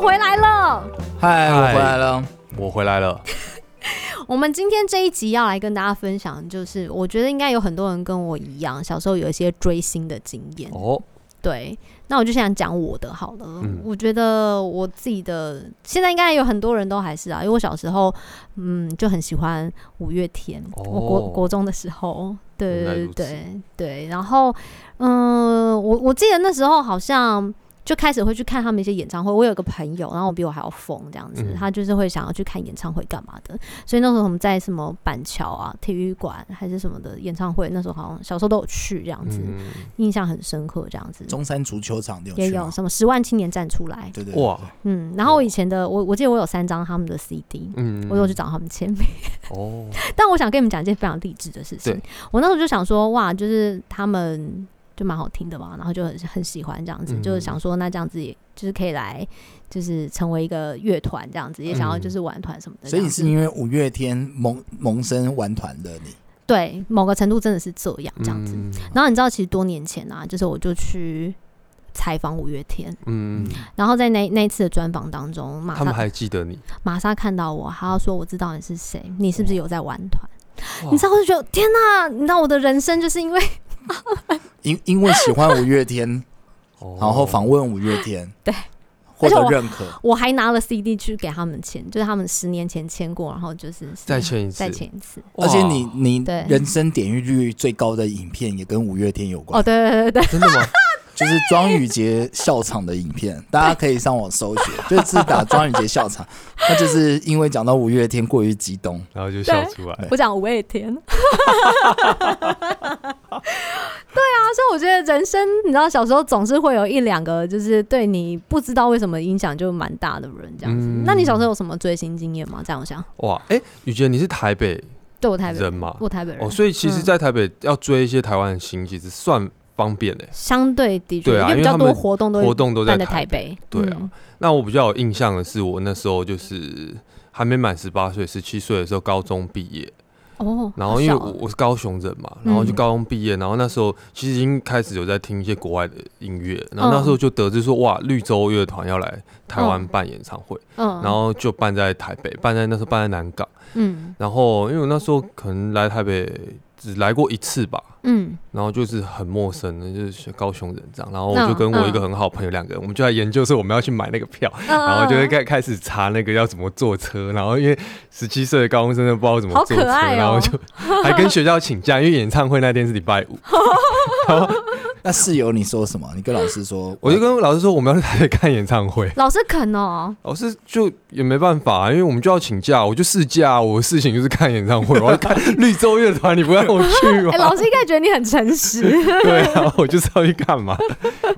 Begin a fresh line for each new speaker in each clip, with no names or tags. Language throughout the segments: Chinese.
回来了。
嗨，我
嗨
回来了。
我回来了，
我们今天这一集要来跟大家分享，就是我觉得应该有很多人跟我一样，小时候有一些追星的经验。
哦，
对，那我就想讲我的好了。
嗯
我觉得我自己的现在应该有很多人都还是啊，因为我小时候嗯就很喜欢五月天，我国
哦
国中的时候，对
原来
对
如此
对对，然后嗯、我我记得那时候好像。就开始会去看他们一些演唱会。我有个朋友，然后我比我还要疯这样子，
嗯
他就是会想要去看演唱会干嘛的。所以那时候我们在什么板桥啊、体育馆还是什么的演唱会，那时候好像小时候都有去这样子。
嗯，
印象很深刻，这样子
中山足球场你有
也
去
有
吗？
什么十万青年站出来，
对对对
哇，
嗯，然后我以前的我我记得我有三张他们的 CD，、
嗯
我有去找他们签名，
哦，
但我想跟你们讲一件非常励志的事情
对，
我那时候就想说哇，就是他们就蛮好听的嘛，然后就很很喜欢这样子，
嗯
就是想说那这样子也就是可以来就是成为一个乐团这样子，也想要就是玩团什么的这
所以
样
你
子，
是因为五月天萌萌生玩团的你，
对某个程度真的是这样这样子。
嗯，
然后你知道，其实多年前啊，就是我就去采访五月天，
嗯，
然后在那那一次的专访当中，玛
他们
莎
还记得你，
玛莎看到我，她说：“我知道你是谁，你是不是有在玩团？”
嗯哦哇
你知道，我就觉得天哪！你知道我的人生就是因为
因因为喜欢五月天，
哦
然后访问五月天，
对，
获
而且
得
我
认可。
我还拿了 CD 去给他们签，就是他们十年前签过，然后就是
再签一次，
再签一次。
哇，
而且你你
对
人生点阅率最高的影片也跟五月天有
哦，
关，
对对对对对，
真的吗？
就是庄宇杰笑场的影片， 大家可以上网搜寻，就是打庄宇杰笑场，那就是因为讲到五月天过于激动，
然后就笑出来，
我讲五月天。 对啊，所以我觉得人生，你知道，小时候总是会有一两个，就是对你不知道为什么影响就蛮大的人这样子。
嗯
那你小时候有什么追星经验吗？这样想，
哇，哎，宇杰，你是台北
对我台北
人嘛？
我台北人，
哦，所以其实，
嗯
在台北要追一些台湾的星，其实算方便的，
相对的确，
对啊
因为比较
因为他
多
们
活动都
活动都在
办在
台
北。
对啊
嗯
那我比较有印象的是，我那时候就是还没满十八岁，十七岁的时候，高中毕业。
哦，
然后因为
好小
我
哦
我是高雄人嘛，然后就
嗯
高中毕业，然后那时候其实已经开始有在听一些国外的音乐，然后那时候
嗯
就得知说哇，绿洲乐团要来台湾
嗯
办演唱会，
嗯，
然后就办在台北，办在那时候办在南港，
嗯
然后因为我那时候可能来台北只来过一次吧，
嗯，
然后就是很陌生的，就是高雄人这样。然后我就
嗯
跟我一个
嗯
很好朋友两个人，我们就在研究说我们要去买那个票， 然
然
后就会开开始查那个要怎么坐车。然后因为十七岁的高中生都不知道怎么
好
坐
可
车，
爱哦
然后就还跟学校请假，因为演唱会那天是礼拜五，
那室友你说什么？你跟老师说，
我就跟老师说我们要去台北看演唱会。
老师肯 哦，
老师就也没办法、啊因为我们就要请假，我就试假，我的事情就是看演唱会，我要看绿洲乐团，你不让我 去吗？
哎，老师应该觉得你很诚实。
对啊，我就知道去干嘛。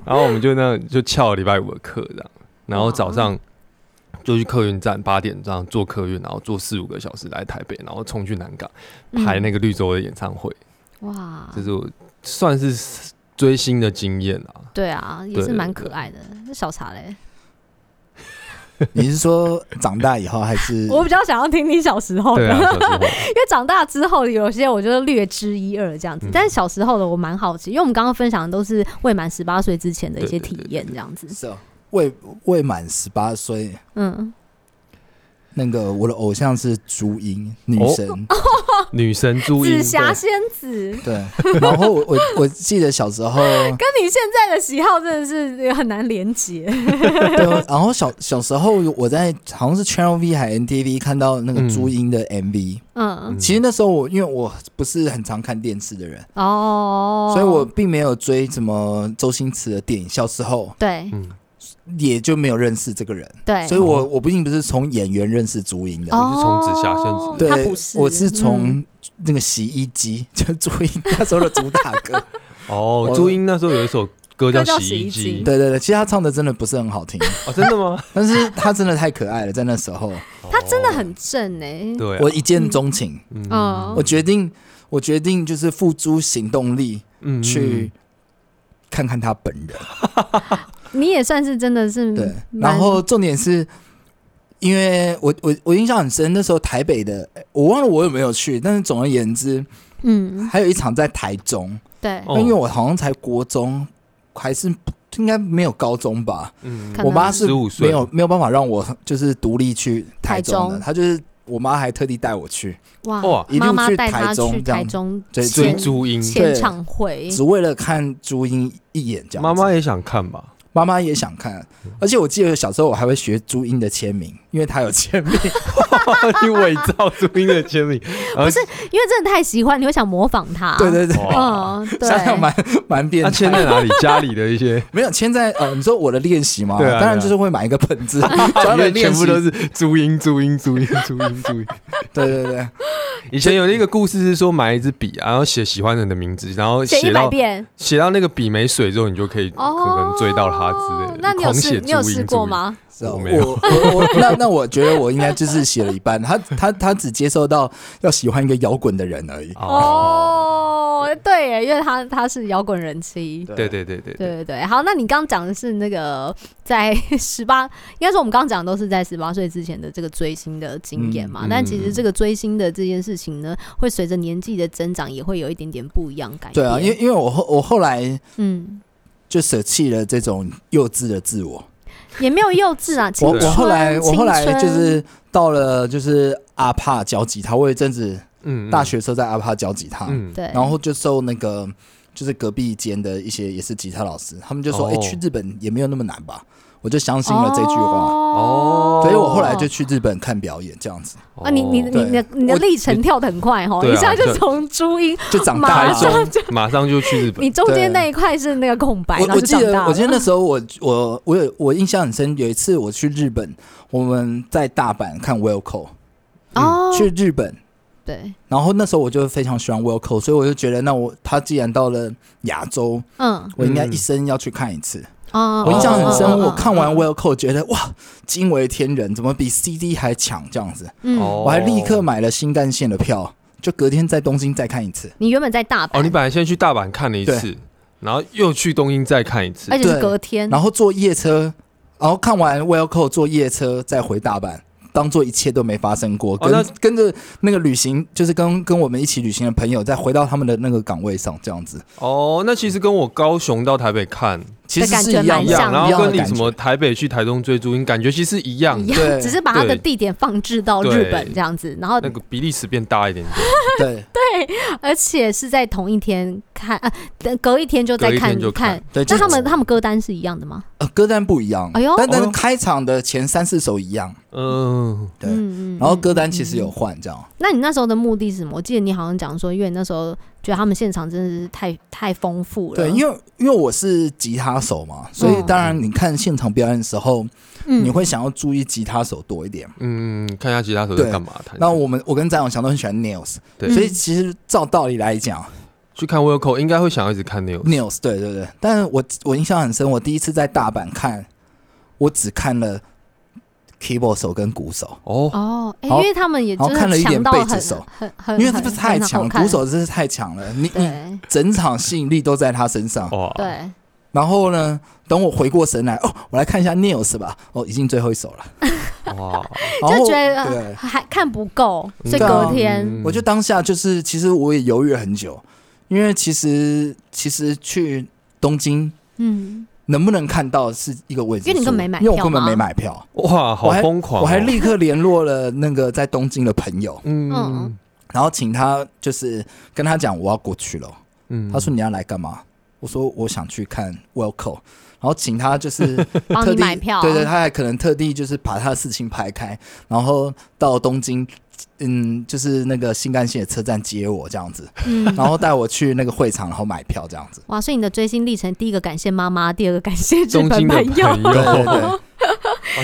然后我们就那样就翘了礼拜五的课这样，然后早上就去客运站八点这样坐客运，然后坐四五个小时来台北，然后冲去南港 排那个绿洲的演唱会，
嗯哇，
这是我算是追星的经验啊。
对啊，也是
对
蛮可爱的。那小茶嘞，
你是说长大以后 还是
我比较想要听你小时候的，
对啊，
因
小时候
为长大之后有些我觉得略知一二这样子
嗯，
但是小时候的我蛮好奇，因为我们刚刚分享的都是未满十八岁之前的一些
对对
体
对
验这样子。
是哦未未满十八岁？
嗯，
那个我的偶像是朱茵，女
哦
神。
女神朱茵
紫，霞
对
仙子，
对，然后我我我记得小 时候，
跟你现在的喜好真的是很难连接。
对，然后小小时候我在好像是 Channel V 还 NTV 看到那个
嗯
朱茵的 MV，、
嗯，
嗯
其实那时候我因为我不是很常看电视的人，
哦，
所以我并没有追什么周星驰的电影，小时候
对
嗯，
也就没有认识这个人，
对，哦
所以我我并不是从演员认识朱茵的。
我是从紫霞仙子
对
他不，是，
我是
嗯
从那个洗衣机， 就朱茵那时候的主打 歌，
哦，
我
朱茵那时候有一首歌叫
歌叫
《
洗
洗
衣
衣机
机》，
对对对，其实她唱的真的不是很好 听，
哦，真的吗？
但是她真的太可爱了，在那时候，
他真的很正哎，
哦对啊，
我一见钟情，
嗯
我决定，我决定就是付诸行动力
嗯
去看看他本人。
你也算是真的是
对，
嗯蛮
然后重点是，因为我我我印象很深，那时候台北的我忘了我有没有去，但是总而言之，
嗯
还有一场在台中，
对
哦
那因为我好像才国中还是应该没有高中吧？
嗯
可能
我妈是
15岁
没有没有办法让我就是独立去台中
台
的，
中
她就是我妈还特地带我去，
哇
哇，
一
妈
路
妈
去
带他
台中
去
这样
台中
对
追
签
朱茵，
签唱会，
只为了看朱茵一眼这样子。
妈妈也嗯想看吧？
妈妈也想看，而且我记得小时候我还会学朱茵的签名，因为她有签名。
你伪造朱茵的签名，不
是因为真的太喜欢，你会想模仿他。
对对啊 对，
哇，
嗯，
想想
对，
蛮蛮变
他
态
哦啊签在
的。
哪里？家里的一 些，
没有签在呃，你说我的练习吗？
对啊对啊
当然就是会买一个盆 子，专
因为
门练
全
习
部。都是朱茵，朱茵，朱茵，朱茵，朱茵。
对对对，
以前有一个故事是说买一支笔啊，然后写喜欢的人的名字，然后
写一
写
百
到
遍
写到那个笔没水之后，你就可以可
哦，
能追到他之类的。
那你有
狂写
试你有
注音
试过？吗？
是啊
我
我
没有
我我那那我觉得我应该就是写了一半，他他他只接受到要喜欢一个摇滚的人而已
注。音哦，
哦，对耶，因为他他是摇滚人妻。
对对对对
对
对，
对对，好，那你刚讲的是那个在 十八，应该说我们刚刚讲的都是在十八岁之前的这个追星的经验嘛。
嗯
但其实这个追星的这件事情呢，会随着年纪的增长，也会有一点点不一样改变。
对啊，因为因为我后我后来
嗯，
就舍弃了这种幼稚的自我。
也没有幼稚啊，青
我
春，
我后来我后来
青春
就是到了就是阿帕教吉他，我有一阵子
嗯，嗯
大，学时候在阿帕教吉他，
嗯，
对，
然后就受那个就是隔壁间的一些也是吉他老师，他们就说：“
哦
哎、去日本也没有那么难吧？”我就相信了这句话，
哦
所以我后来就去日本看表演，这样子
啊，你你你
哦
对
的你的
我
历程跳得很快哦，
对啊
一下就从朱茵，
就长大
马
哦台
上
了。
中马上就去日本，
你中间那一块是那个空白，
我
然后
我
就
记
长
得
大了。
我记得那时候我我我有我印象很深，有一次我去日本，我们在大阪看 Wilco，
嗯
哦，
去日本
对，
然后那时候我就非常喜欢 Wilco，所以我就觉得，那我他既然到了亚洲，
嗯，
我应该
嗯
一生要去看一次。
哦，
我印象很深，
哦
我看完，
哦哦
Wilco 觉得哇，惊为天人，怎么比 CD 还强这样子？
嗯，
哦
我还立刻买了新干线的票，就隔天在东京再看一次。
你原本在大阪，
哦，你本来先去大阪看了一次，然后又去东京再看一次
而，且是
对
隔天，
然后坐夜车，然后看完 Wilco 坐夜车再回大阪。当做一切都没发生过，
哦
跟、
那
跟着那个旅行，就是跟跟我们一起旅行的朋友，再回到他们的那个岗位上，这样子
哦，那其实跟我高雄到台北看
其实
感
是
觉
一样
蛮
的，
一
像
样，然
一样
后
的
跟你
感
什
觉
么台北去台东追租，你感觉其实一样
一
的，
样，
对
只是把它的
对
地点放置到日
对
本这样子，然后
那个比例尺变大一点点，
对，
而且是在同一天看，啊，隔一天就在
隔一天
看
就看
看。
对，
那
就
他们他们歌单是一样的吗？
呃歌单不一样，
哎呦
但但
哎
是
呦
开场的前三四首一样，
嗯，
对，
嗯
然后歌单其实有换这样，
那你那时候的目的是什么？我记得你好像讲说，因为你那时候觉得他们现场真的是太太丰富了。
对，
啊
因为因为我是吉他手嘛，所以
嗯
当然你看现场表演的时候，
嗯
你会想要注意吉他手多一点。
嗯，看一下吉他手在干嘛。弹
那我们我跟张永强都很喜欢 Nails，
嗯
对
所以其实照道理来讲
去看 Wilco，应该会想要一直看 Neil。
，Nails 对对对，但是我我印象很深，我第一次在大阪看，我只看了 keyboard 手跟鼓手，
哦，
哦，哎、
好
因为他们也
然
真
后看
的
了一
强
点
到很
贝斯手
很很，
因为这不是太
很好
强，
看
鼓手嗯真是太强了，你你
对
整场吸引力都在他身上。
哇，
对，
然后呢，等我回过神来，哦，我来看一下 Nails 吧，哦，已经最后一首了，
哇，
然后
就觉得
对
呃。还看不够，所以
对啊
隔天
嗯
我就当下就是，其实我也犹豫了很久，因为其实其实去东京
嗯
能不能看到是一个未知数，
因为你根本没买
因为我
票
根本
吗
没买票，
哇，好
我还
疯狂哦！
我还立刻联络了那个在东京的朋友，
嗯
嗯
然后请他就是跟他讲我要过去了，
嗯
他说你要来干嘛？我说我想去看 Welco，然后请他就是
嗯帮
特
哦你
地
买票，
对对，他还可能特地就是把他的事情排开，然后到东京，嗯，就是那个新干线的车站接我这样子。
嗯。。
然后带我去那个会场，然后买票这样 子
哇！所以你的追星历程，第一个感谢妈妈，第二个感谢日
东
本
京的朋
友。
对对
友，
对，
哇，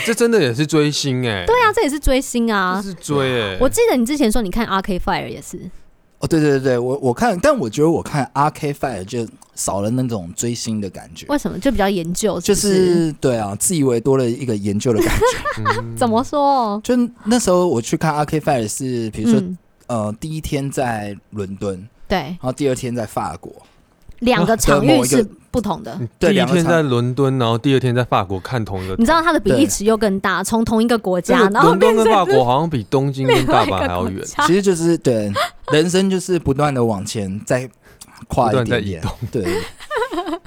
这真的也是追星哎，对
对啊，这也是追星
啊，
啊！
是追哎，
我记得你之前说你看《RK Fire》也是，
哦，对对对对，我我看，但我觉得我看 R K Fire 就少了那种追星的感觉，
为什么？就比较研究
就是
不是
是对啊，自以为多了一个研究的 感觉。
嗯
怎么说？
就那时候我去看 R K Fire 是，比如说、
嗯，
呃，第一天在伦敦，
对，
然后第二天在法国，
两个场
的
域
某一个
是不同的。
你
嗯对
第一
两个
天
场
在伦敦，然后第二天在法国看同一个
你知道它的比例
对
尺又更大，从同一个国
这
家，嗯然后
伦敦
变
跟
成
法国好像比东京跟
另
大
外一
阪
个
还要
国
远，
家
其实就是对人生就是不断的往前再跨一
不断在
点
移
点
动。，嗯
对。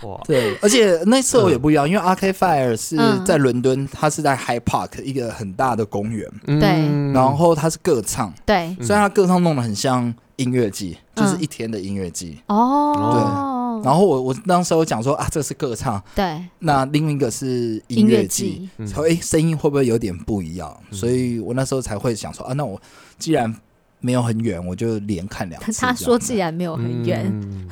哇，
对，而且那次我也不一样，因为 Arcade Fire 是
嗯
在伦敦，它是在 High Park 一个很大的公园，
嗯
然后它是歌唱，
对，
虽然它歌唱弄得很像音乐季，就是
嗯
一天的音乐季。
哦，
然后我我当时有讲说啊，这是歌唱，
对，
那另一个是音
音
乐
乐
季，
季，
嗯
说哎、诶声音会不会有点不一样？所以我那时候才会想说啊，那我既然没有很远，我就连看两次这
他
样。
说既然没有很远，
嗯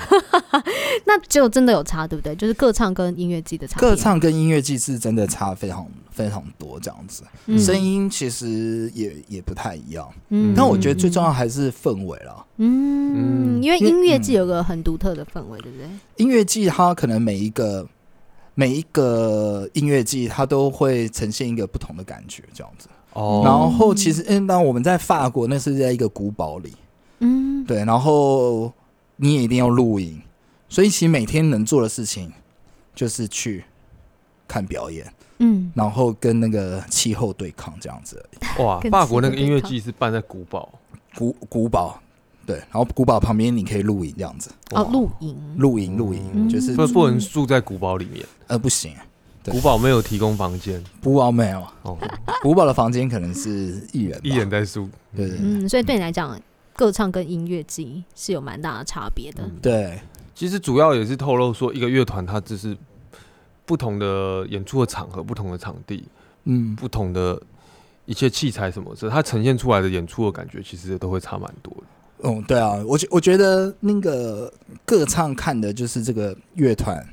那只有真的有差，对不对？就是歌唱跟音乐季的差别，
歌唱跟音乐季是真的差非常非常多，这样子，
嗯
声音其实也也不太一样。
嗯
但我觉得最重要还是氛围啦。
嗯，
嗯
因为
因为
音乐
嗯
季有个很独特的氛围，对不对？
音乐季它可能每一个每一个音乐季，它都会呈现一个不同的感觉，这样子。
哦，
然后其实，嗯，那我们在法国那是在一个古堡里，
嗯，
对，然后你也一定要露营，所以其实每天能做的事情就是去看表演，
嗯，
然后跟那个气候对抗这样子。
哇，
更
法国
刺
那
激
个
的
音乐
地方
季是办在古堡，
古古堡，对，然后古堡旁边你可以露营这样子，
哦，
哇
露营，
露营露营、
嗯
就是
不不能住在古堡里面，
呃不行，对
古堡没有提供房间
古堡没
啊
有，
哦，
古堡的房间可能是一人吧，
一人在住，
对对对
嗯，所以对你来讲，歌唱跟音乐季是有蛮大的差别的。
嗯
对
其实主要也是透露说，一个乐团它只是不同的演出的场合、不同的场地、
嗯
不同的一些器材什么的，它呈现出来的演出的感觉，其实都会差蛮多的。
嗯，对啊，我觉我觉得那个歌唱看的就是这个乐团，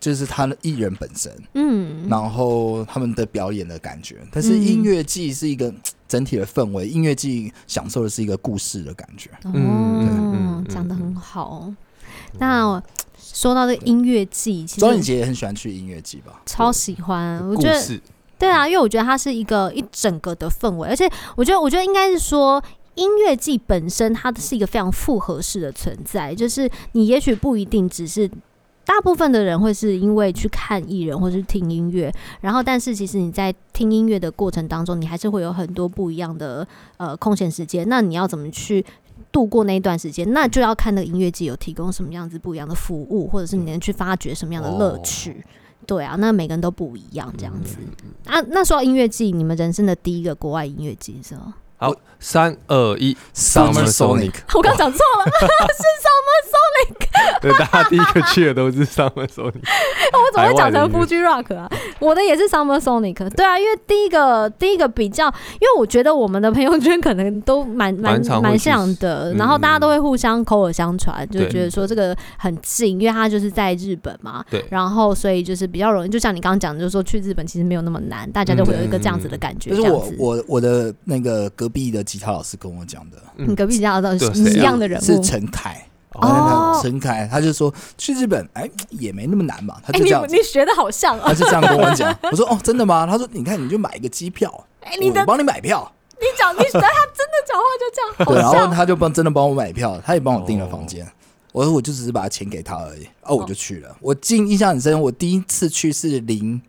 就是他的艺人本身，
嗯，
然后他们的表演的感觉。但是音乐季是一个
嗯
整体的氛围，音乐季享受的是一个故事的感觉。
哦，
嗯嗯嗯
讲的
嗯
很好。那我说到这个音乐季，其
周颖
实
杰也很喜欢去音乐季吧？
超喜欢，我
故
觉得
事
对啊，因为我觉得它是一个一整个的氛围，而且我觉得，我觉得应该是说。音乐季本身，它是一个非常复合式的存在，就是你也许不一定只是大部分的人会是因为去看艺人或是听音乐，然后但是其实你在听音乐的过程当中，你还是会有很多不一样的呃空闲时间。那你要怎么去度过那一段时间？那就要看那个音乐季有提供什么样子不一样的服务，或者是你能去发掘什么样的乐
哦
趣。对啊，那每个人都不一样，这样子。
嗯
啊，那说到音乐季，你们人生的第一个国外音乐季是吗？
好，三二一
Summer Sonic
我刚讲错了，
对，大家第一个去的都是 Summer Sonic，
我怎么会讲
海外
成
的音乐
Fuji Rock 啊？我的也是 Summer Sonic。对啊，因为第一个第一个比较，因为我觉得我们的朋友圈可能都蛮蛮
蛮常会
蛮
去
像的，
嗯
然后大家都会互相口耳相传，就
对
觉得说这个很近，因为它就是在日本嘛。
对
然后所以就是比较容易，就像你刚刚讲的，就是说去日本其实没有那么难，大家都会有一个这样子的感觉。
就
这
嗯是
样
我
子，
我我的那个隔壁的吉他老师跟我讲的，
你隔壁家的
对
是一
谁啊
样的人
嗯是
物。
陈凯。
哦
陈凯他就说去日本，哎，也没那么难嘛。他
哎、
就这样
你，你学的好像啊
他！就这样跟我讲。我说哦，真的吗？他说你看你就买一个机票，
哎、你的
我帮你买票。
你讲，你 等他真的讲话就这样，好
对，然后
像
他就帮真的帮我买票，他也帮我订了房间。我说我就只是把钱给他而已，哦，我就去了。我进印象很深，我第一次去是零，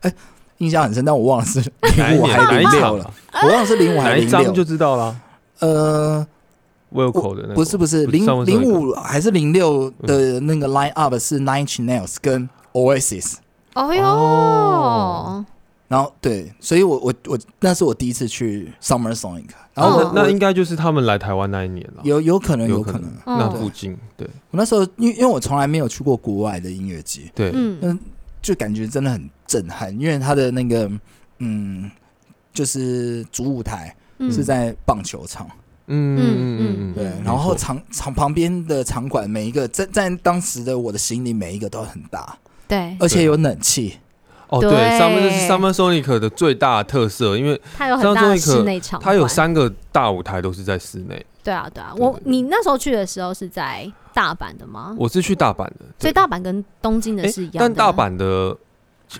哎，印象很深，但我忘了是
哪
零
一
五
年
还
哪
是
一
零六
场
了，我忘了是零五
哪
还是
一
零
张就
六。
知道了。
呃，
Wilco 的那
不是不是，零零五还是零六
嗯
的那个 line up 是 Nine Inch Nails 跟 Oasis，
哦哟，
哦
然后对，所以我我我那是我第一次去 Summer Sonic，然后我、
哦
那那
我
应该就是他们来台湾那一年了，
有有可能有
有
可
可
能，
嗯
那附近对
我那时候因为因为我从来没有去过国外的音乐节，
对，
嗯，
就感觉真的很震撼，因为它的那个嗯，就是主舞台
嗯
是在棒球场，
嗯
嗯嗯
对
嗯，
然后
没错
场场旁边的场馆每一个在在当时的我的心里每一个都很大，
对，
而且有冷气，
哦，
对
对，Summer 这是 Summer Sonic 的最大特色，因为
他有很大的室内场馆，
它有三个大舞台都是在室内。
对啊对啊，
对
我
对对
你那时候去的时候是在大阪的吗？
我是去大阪的，
所以
对
大阪跟东京的
诶
是一样的，
但大阪的，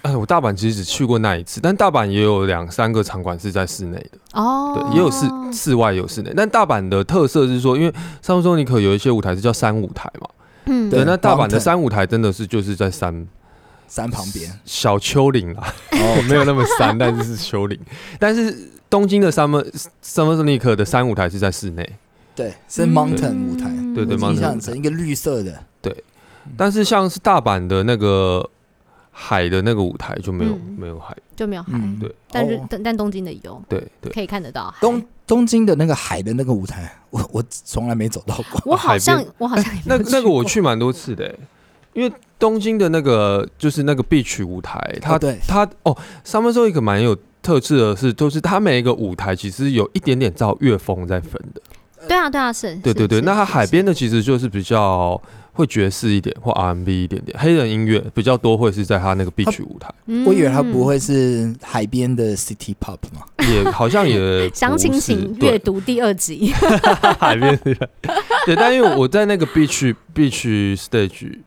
哎，我大阪其实只去过那一次，但大阪也有两三个场馆是在室内的，
哦，
对，也有室室外也有室内。但大阪的特色是说，因为 Summer Sonic 有一些舞台是叫山舞台嘛，
嗯，
对
对，那大阪
mountain
的山舞台真的是就是在山
山旁边，
小丘陵啦，
哦，
没有那么山，但是是丘陵。 但是东京的 Summer Summer Sonic 的山舞台是在室内，
对，是 mountain 舞台，
嗯
对对
我印象
mountain
很深，一个绿色的，
对，但是像是大阪的那个海的那个舞台就没有、
嗯
没有海，
就没有海，
嗯，
对
但是、
哦
但但东京的有，
对对，哦
可以看得到海。
东东京的那个海的那个舞台，我我从来没走到过。
我好像
海边
我好像也没
那
有
那个我
过
去蛮多次的、欸，因为东京的那个就是那个 beach 舞台，它、
哦对
它哦，Summer Show 一个蛮有特质的是，就是它每一个舞台其实有一点点照乐风在分的，
对啊对啊是，
对
是
对对。
是
那它
是
海
是
边的其实就是比较会爵士一点或 R&B 一点点，黑人音乐比较多会是在它
哦
那个 beach 舞台，
我以为它
嗯
不会是海边的 city pop 嘛，
也好 像也
详
不
情
是
请
对
阅读第二集。
海边的，对，但因为我在那个 beach beach stage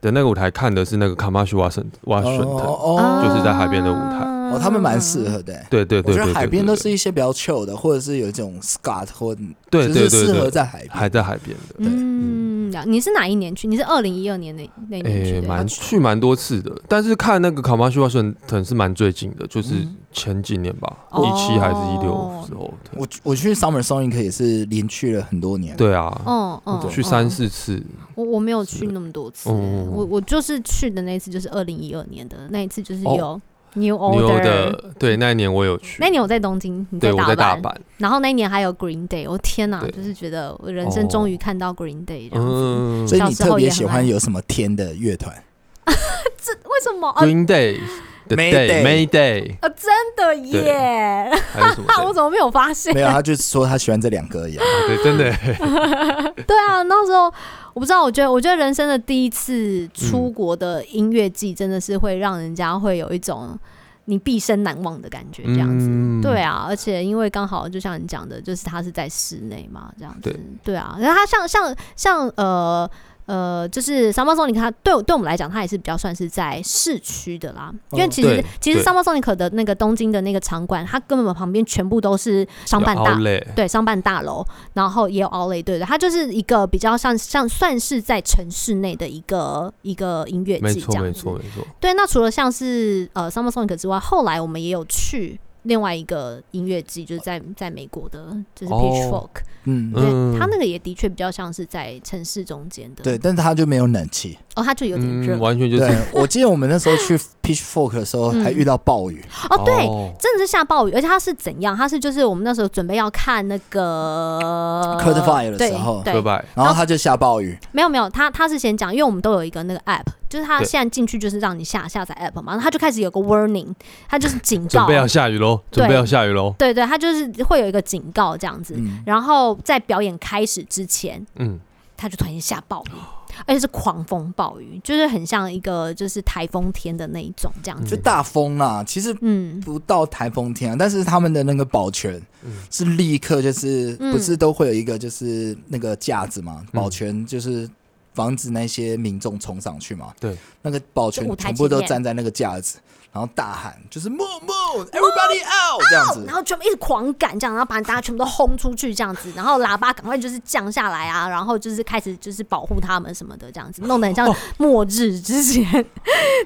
的那个舞台看的是那个 Kamashi Watson
哦
Watson 的。
啊
哦
就是在海边的舞台
哦，他们蛮适。合的欸。
对对
我
对，
觉得
对
海
对
边
对
都
对
是一些比较 chill 的，或者是有一种 scat 或就
对
是
对对
适
对，
合在海
还
边。
在海边的，
嗯，了你是哪一年去？你是二零一二年那那一年去
诶，
的？
蛮去蛮多次的。但是看那个卡马西瓦森腾是蛮最近的，就是
嗯
前几年吧，
哦
一七还是一六时候。
我我去 Summer Sonic 也是连去了很多年。
对啊，
哦哦，
去
哦
三。四次。
我我没有去那么多次，
嗯嗯嗯
我我就是去的那一次就是二零一二年的那一次，就是
哦
有 New
牛
Order。
的，对，那一年我有去
那，年我在东京，你
对，我在大
阪，
阪，
然后那一年还有 Green Day，我天哪，
对哦
就是觉得我人生终于看到 Green Day 这样子。
嗯
所以你
小时
特
候
别
也很
喜
爱
欢有什么天的 乐团？
为什么？啊
，Green Day 的
Mayday
Day，May Day，
啊，真的耶！
还有什么
啊， 我
day？
怎么没有发现？
没有，他就说他喜欢这两个而已啊。
啊对，真的，
对
嗯
啊，那时候我不知道，我觉得我觉得人生的第一次
嗯
出国的音乐季，真的是会让人家会有一种你毕生难忘的感觉， 这样子。
嗯
对啊，而且因为刚好就像你讲的，就是它是在室内嘛，这样子。
对
啊，然后它像像像呃呃，就是三 u m m 它对我对我们来讲，它也是比较算是在市区的啦。因为
哦
其实
对
其实
对
三 u m m n 的那个东京的那个场馆，它根本旁边全部都是商办大
好累，
对，商办大楼，然后也有 Outlet，对的，它就是一个比较像像算是在城市内的一个一个音乐
没
季这
错没
样
错
子。
没错，
对，那除了像是呃 Summer Sonic 之外，后来我们也有去另外一个音乐季，就是在在美国的，就是 Peach
哦
Folk，、
嗯，
对，
嗯
它那个也的确比较像是在城市中间的，
对，，但是他就没有冷气。
哦，它就有点热、
嗯，完全就是
对，我记得我们那时候去 Pitch Fork 的时候
嗯
还遇到暴雨，
哦，对。真的是下暴雨，而且它是怎样？它是就是我们那时候准备要看那个
Kurt Vile 的
对
时候
对
拜，拜，
然后他就下暴雨，
没有没有，他他是先讲，因为我们都有一个那个 app，就是他
对
现在进去就是让你下下载 app 嘛，然后他就开始有个 warning，他就是警
准
告，
备要下雨喽，准备
对
要下雨喽，
对对，他就是会有一个警告这样子。
嗯，
然后在表演开始之前，
嗯。
他就突然间下暴雨，
哦
而且是狂风暴雨，就是很像一个就是台风天的那一种这样子。
就大风啦。其实
嗯，
不到台风天啊，但是他们的那个保全
嗯
是立刻就是，
嗯
不是都会有一个就是那个架子嘛，
嗯
保全就是防止那些民众冲上去嘛。
对，
那个保
就舞
全
台
全部都
前面
站在那个架子，然后大喊就是 “Move Move Everybody Out” 这样
啊然
子。
后全部一直狂赶这样，然后把大家全部都轰出去这样子，然后喇叭赶快就是降下来啊，然后就是开始就是保护他们什么的这样子，弄得很像
哦
末日之前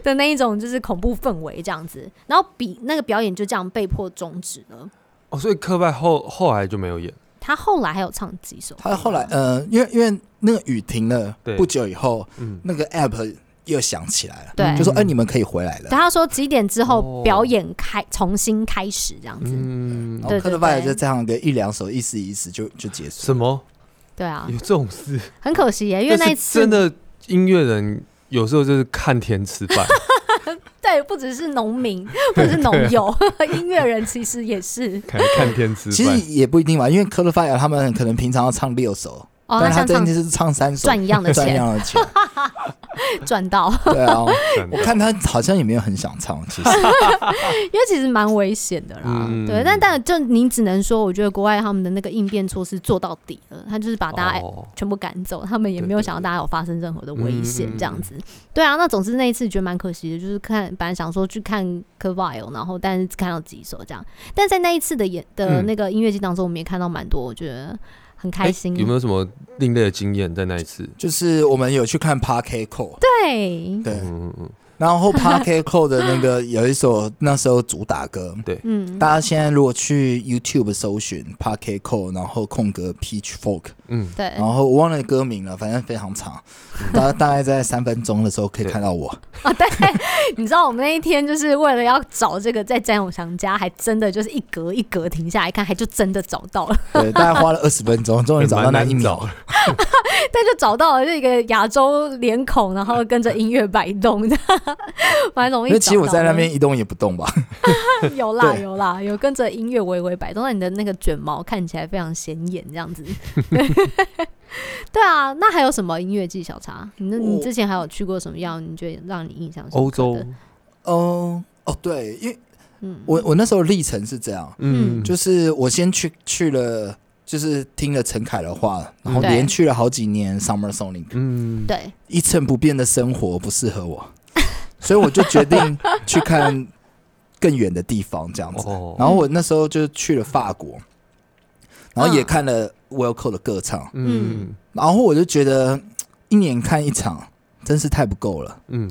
的那一种就是恐怖氛围这样子，然后比那个表演就这样被迫终止了。
哦，所以科拜后后来就没有演，
他后来还有唱几首歌，
他后来呃，因为因为那个雨停了
对
不久以后，
嗯，
那个 app 又响起来了，
对
就说：“哎，你们可以回来了。”
他说几点之后
哦
表演开、重新开始这样子，
嗯
然，后
对对
科特拜尔
对
就这样个一两首，意思意思就就结束。
什么
对啊
嗯
有，这种事？
很可惜耶，因为那
但是
一次
真的音乐人有时候就是看天吃 饭，
对，不只是农 民，不只是农友， 音乐人其实也是
看看天吃
其
饭
实。也不一定吧，因为科特拜尔他们可能平常要唱六首，
哦，
但是他
像
这
唱
一次是唱三首，
赚一样的
赚一
钱
样的钱。
赚到。
对啊，
真的
我看他好像也没有很想唱， 其实
因为其实蛮危险的啦，
嗯
对。但但就你只能说，我觉得国外他们的那个应变措施做到底了，他就是把大家
哦
全部赶走，他们也
对
没有
对
想到大家有发生任何的危险
嗯嗯嗯
这样子。对啊，那总之那一次觉得蛮可惜的，就是看本来想说去看 c a v i l 然后但是只看到几首这样。但在那一次的演的
嗯
那个音乐季当中，我们也看到蛮多，我觉得很开心。
诶有没有什么另类的经验在那一次？
就是我们有去看 Park Cole，
对，
对，
嗯嗯嗯，
然后 Park Cole 的那个有一首那时候主打歌，
嗯，
大家现在如果去 YouTube 搜寻 Park Cole，然后空格 Peach Folk，
嗯，
对
然后我忘了歌名了，反正非常 长，大大概在三分钟的时候可以看到我。
啊，对， 你知道我们那一天就是为了要找这个在詹永祥家，还真的就是一格一格停下来看，还就真的找到了，
对，大概花了二十分钟， 终于找到那一秒。
蛮难
但就找到了这个亚洲脸孔，然后跟着音乐摆动的，蛮容易找到的。
因为其实我在那边一动也不动吧，
有啦
对
有啦，有跟着音乐微微摆动，但你的那个卷毛看起来非常显眼，这样 子。 对啊，那还有什么音乐季小茶？你那你
我
之前还有去过什么样？你觉得让你印象深刻的
欧洲，嗯
哦哦，对，因为
嗯，
我我那时候历程是这样，
嗯
嗯，
就是我先去去了，就是听了陈凯的话，然后
嗯对
连去了好几年 Summer Sonic，
嗯，
对，
一成不变的生活不适合我， 所以我就决定去看更远的地方这样子。
哦，
然后我那时候就去了法国，然后也
嗯
看了 Wilco 的歌唱，
嗯
然后我就觉得嗯一年看一场真是太不够了，
嗯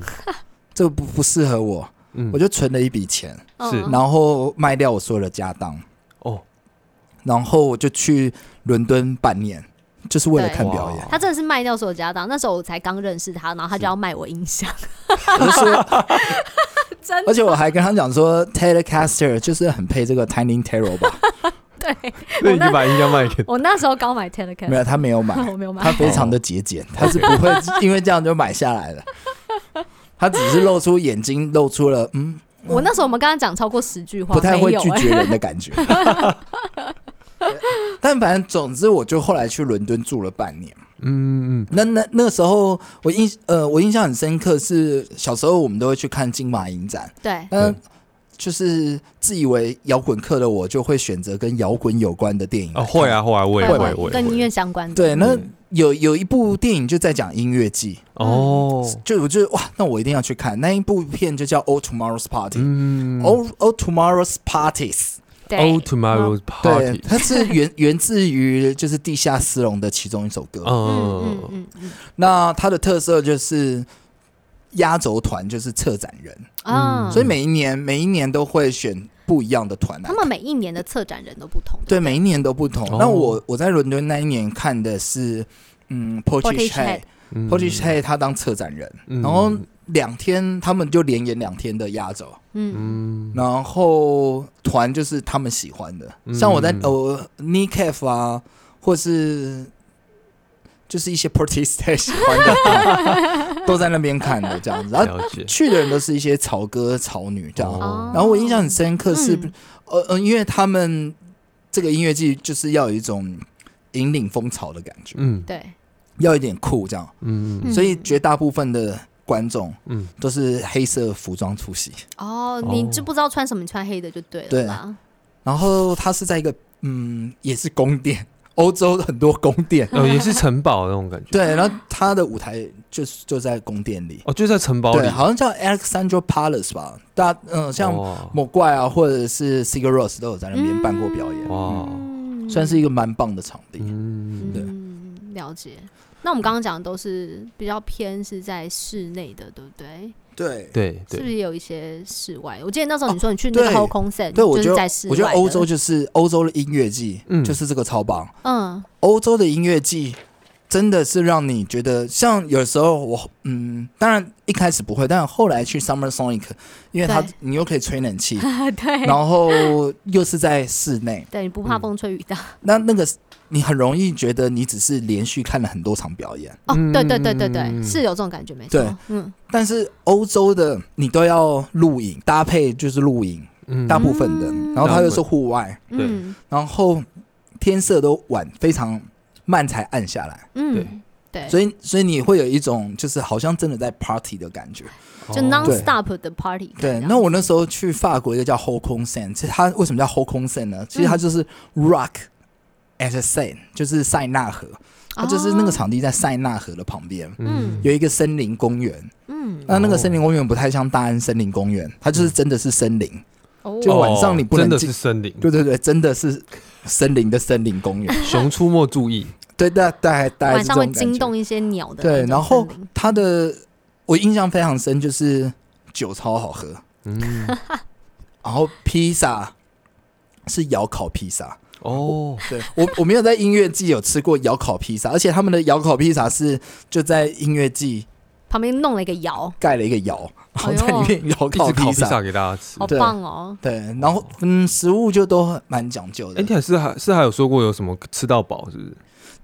这不不适合我，
嗯，
我就存了一笔钱，
是
嗯、
然后卖掉我所有的家当，
哦，
然后我就去伦敦半年，就是为了看表演。
他真的是卖掉所有家当，那时候我才刚认识他，然后他就要卖我音响，
我就说，
真的
而且我还跟他讲说，Telecaster 就是很配这个 Tiny Taro 吧？
对。
那你就把音箱卖给
我那时候刚买
没
Telecaster，
有，他没有买，
我没有买
他，非常的节俭，他是不会因为这样就买下来的。他只是露出眼睛，露出了嗯，
我那时候我们刚刚讲超过十句话，
不太会
没有
拒
欸
绝人的感觉。 但反正总之，我就后来去伦敦住了半年。
嗯嗯
那那那时候我印呃我印象很深刻是小时候我们都会去看金马影展，
对，
嗯
对，
就是自以为摇滚客的我就会选择跟摇滚有关的电影
啊，会，啊会啊，我也会我也
跟音
会
乐相关的，
对，那
嗯
有有一部电影就在讲音乐季，
哦，
就我就哇，那我一定要去看那一部片，就叫《All Tomorrow's Party》。
嗯
All All Tomorrow's Parties，
对
Oh，tomorrow's
哦对，
party，
它是源 源自于就是地下丝绒的其中一首歌。
嗯嗯
嗯，
嗯嗯
那它的特色就是压轴团就是策展人，
啊，
嗯所以每一年每一年都会选不一样的团来
他们每一年的策展人都不同。
对，每一年都不同。
哦
那我我在伦敦那一年看的是，嗯 p o r t u g e s
Portishead
Head p o r t u g e s Head 他当策展人，
嗯
然后两天他们就连演两天的压轴，
嗯，
嗯
然后团就是他们喜欢的，像我在
嗯
呃 n i c a f 啊，或是就是一些 p o r t u g e s Head 喜欢的团都在那边看的这样子，然后
了解，
去的人都是一些潮哥潮女这样
哦
然后我印象很深刻是，
嗯
呃呃，因为他们这个音乐季就是要有一种引领风潮的感觉，
嗯
对，
要有一点酷这样，
嗯嗯
嗯
所以绝大部分的观众
嗯，
都是黑色服装出席。
哦，
哦
你就不知道穿什么，你穿黑的就对了
对
啦。
然后它是在一个嗯，也是宫殿，欧洲很多宫殿，
哦也是城堡那种感觉，
对，然后它的舞台就是就在宫殿里，
哦就在城堡
对，
里，哦
好像叫 Alexandra Palace 吧，大嗯、像
哇
某怪啊，或者是 s i g a r o s 都有在那边办过表演，
哇，
嗯
算是一个蛮棒的场地。
嗯
对
嗯，了解。那我们刚刚讲的都是比较偏是在室内的，对不对？
对。
对
是不
对，
是也有一些室外？我记得那时候你说你去那个
对
h o l c o n c e n
对，我觉
就是
得
在室外
我
的。
觉得欧洲就是欧洲的音乐季，
嗯
就是这个超棒。
嗯，
欧洲的音乐季真的是让你觉得，像有时候我嗯，当然一开始不会，但后来去 Summer Sonic，因为它
对
你又可以吹冷气，
对，
然后又是在室内，
对，你不怕风吹雨打？
那那个你很容易觉得你只是连续看了很多场表演，
哦，
嗯
对对对对对，
嗯
是有这种感觉，没错
对。
嗯，
但是欧洲的你都要录影搭配，就是录影
嗯
大部分的，
嗯
然后它又是户外，
对
嗯
然后天色都晚，非常慢才暗下来，
嗯，对，
所以所以你会有一种就是好像真的在 party 的感觉。
就
哦
non
对
stop 的 party 感这
对
样。，
那我那时候去法国一个叫 h o c o n s e n 其实它为什么叫 h o c o n s e n
嗯
呢？其实它就是 rock at the Seine，就是塞纳河，它就是那个场地在塞纳河的旁边。
嗯
有一个森林公园，
嗯，
那那个
哦
森林公园不太像大安森林公园，它就是真的是森林，
哦
就晚上你不能
真的
进
是森林，
对对对，真的是森林的森林公园，
熊出没注意，
对，大大概大概
晚
是这
上
种
会
感觉。
惊动一些鸟的那
对，
种
然后
森林
它的我印象非常深，就是酒超好喝，
嗯
然后披萨是窑烤披萨，
哦，
对我我没有在音乐季有吃过窑烤披萨，而且他们的窑烤披萨是就在音乐季
旁边弄了一个窑，
盖了一个窑，然
哎
后
呦
在里面窑
一直烤
披
披
萨。
萨给大家吃。
好
对
棒哦！
对，然后嗯，食物就都很蛮讲究的
哎，。你还是还是还有说过有什么吃到饱是不是？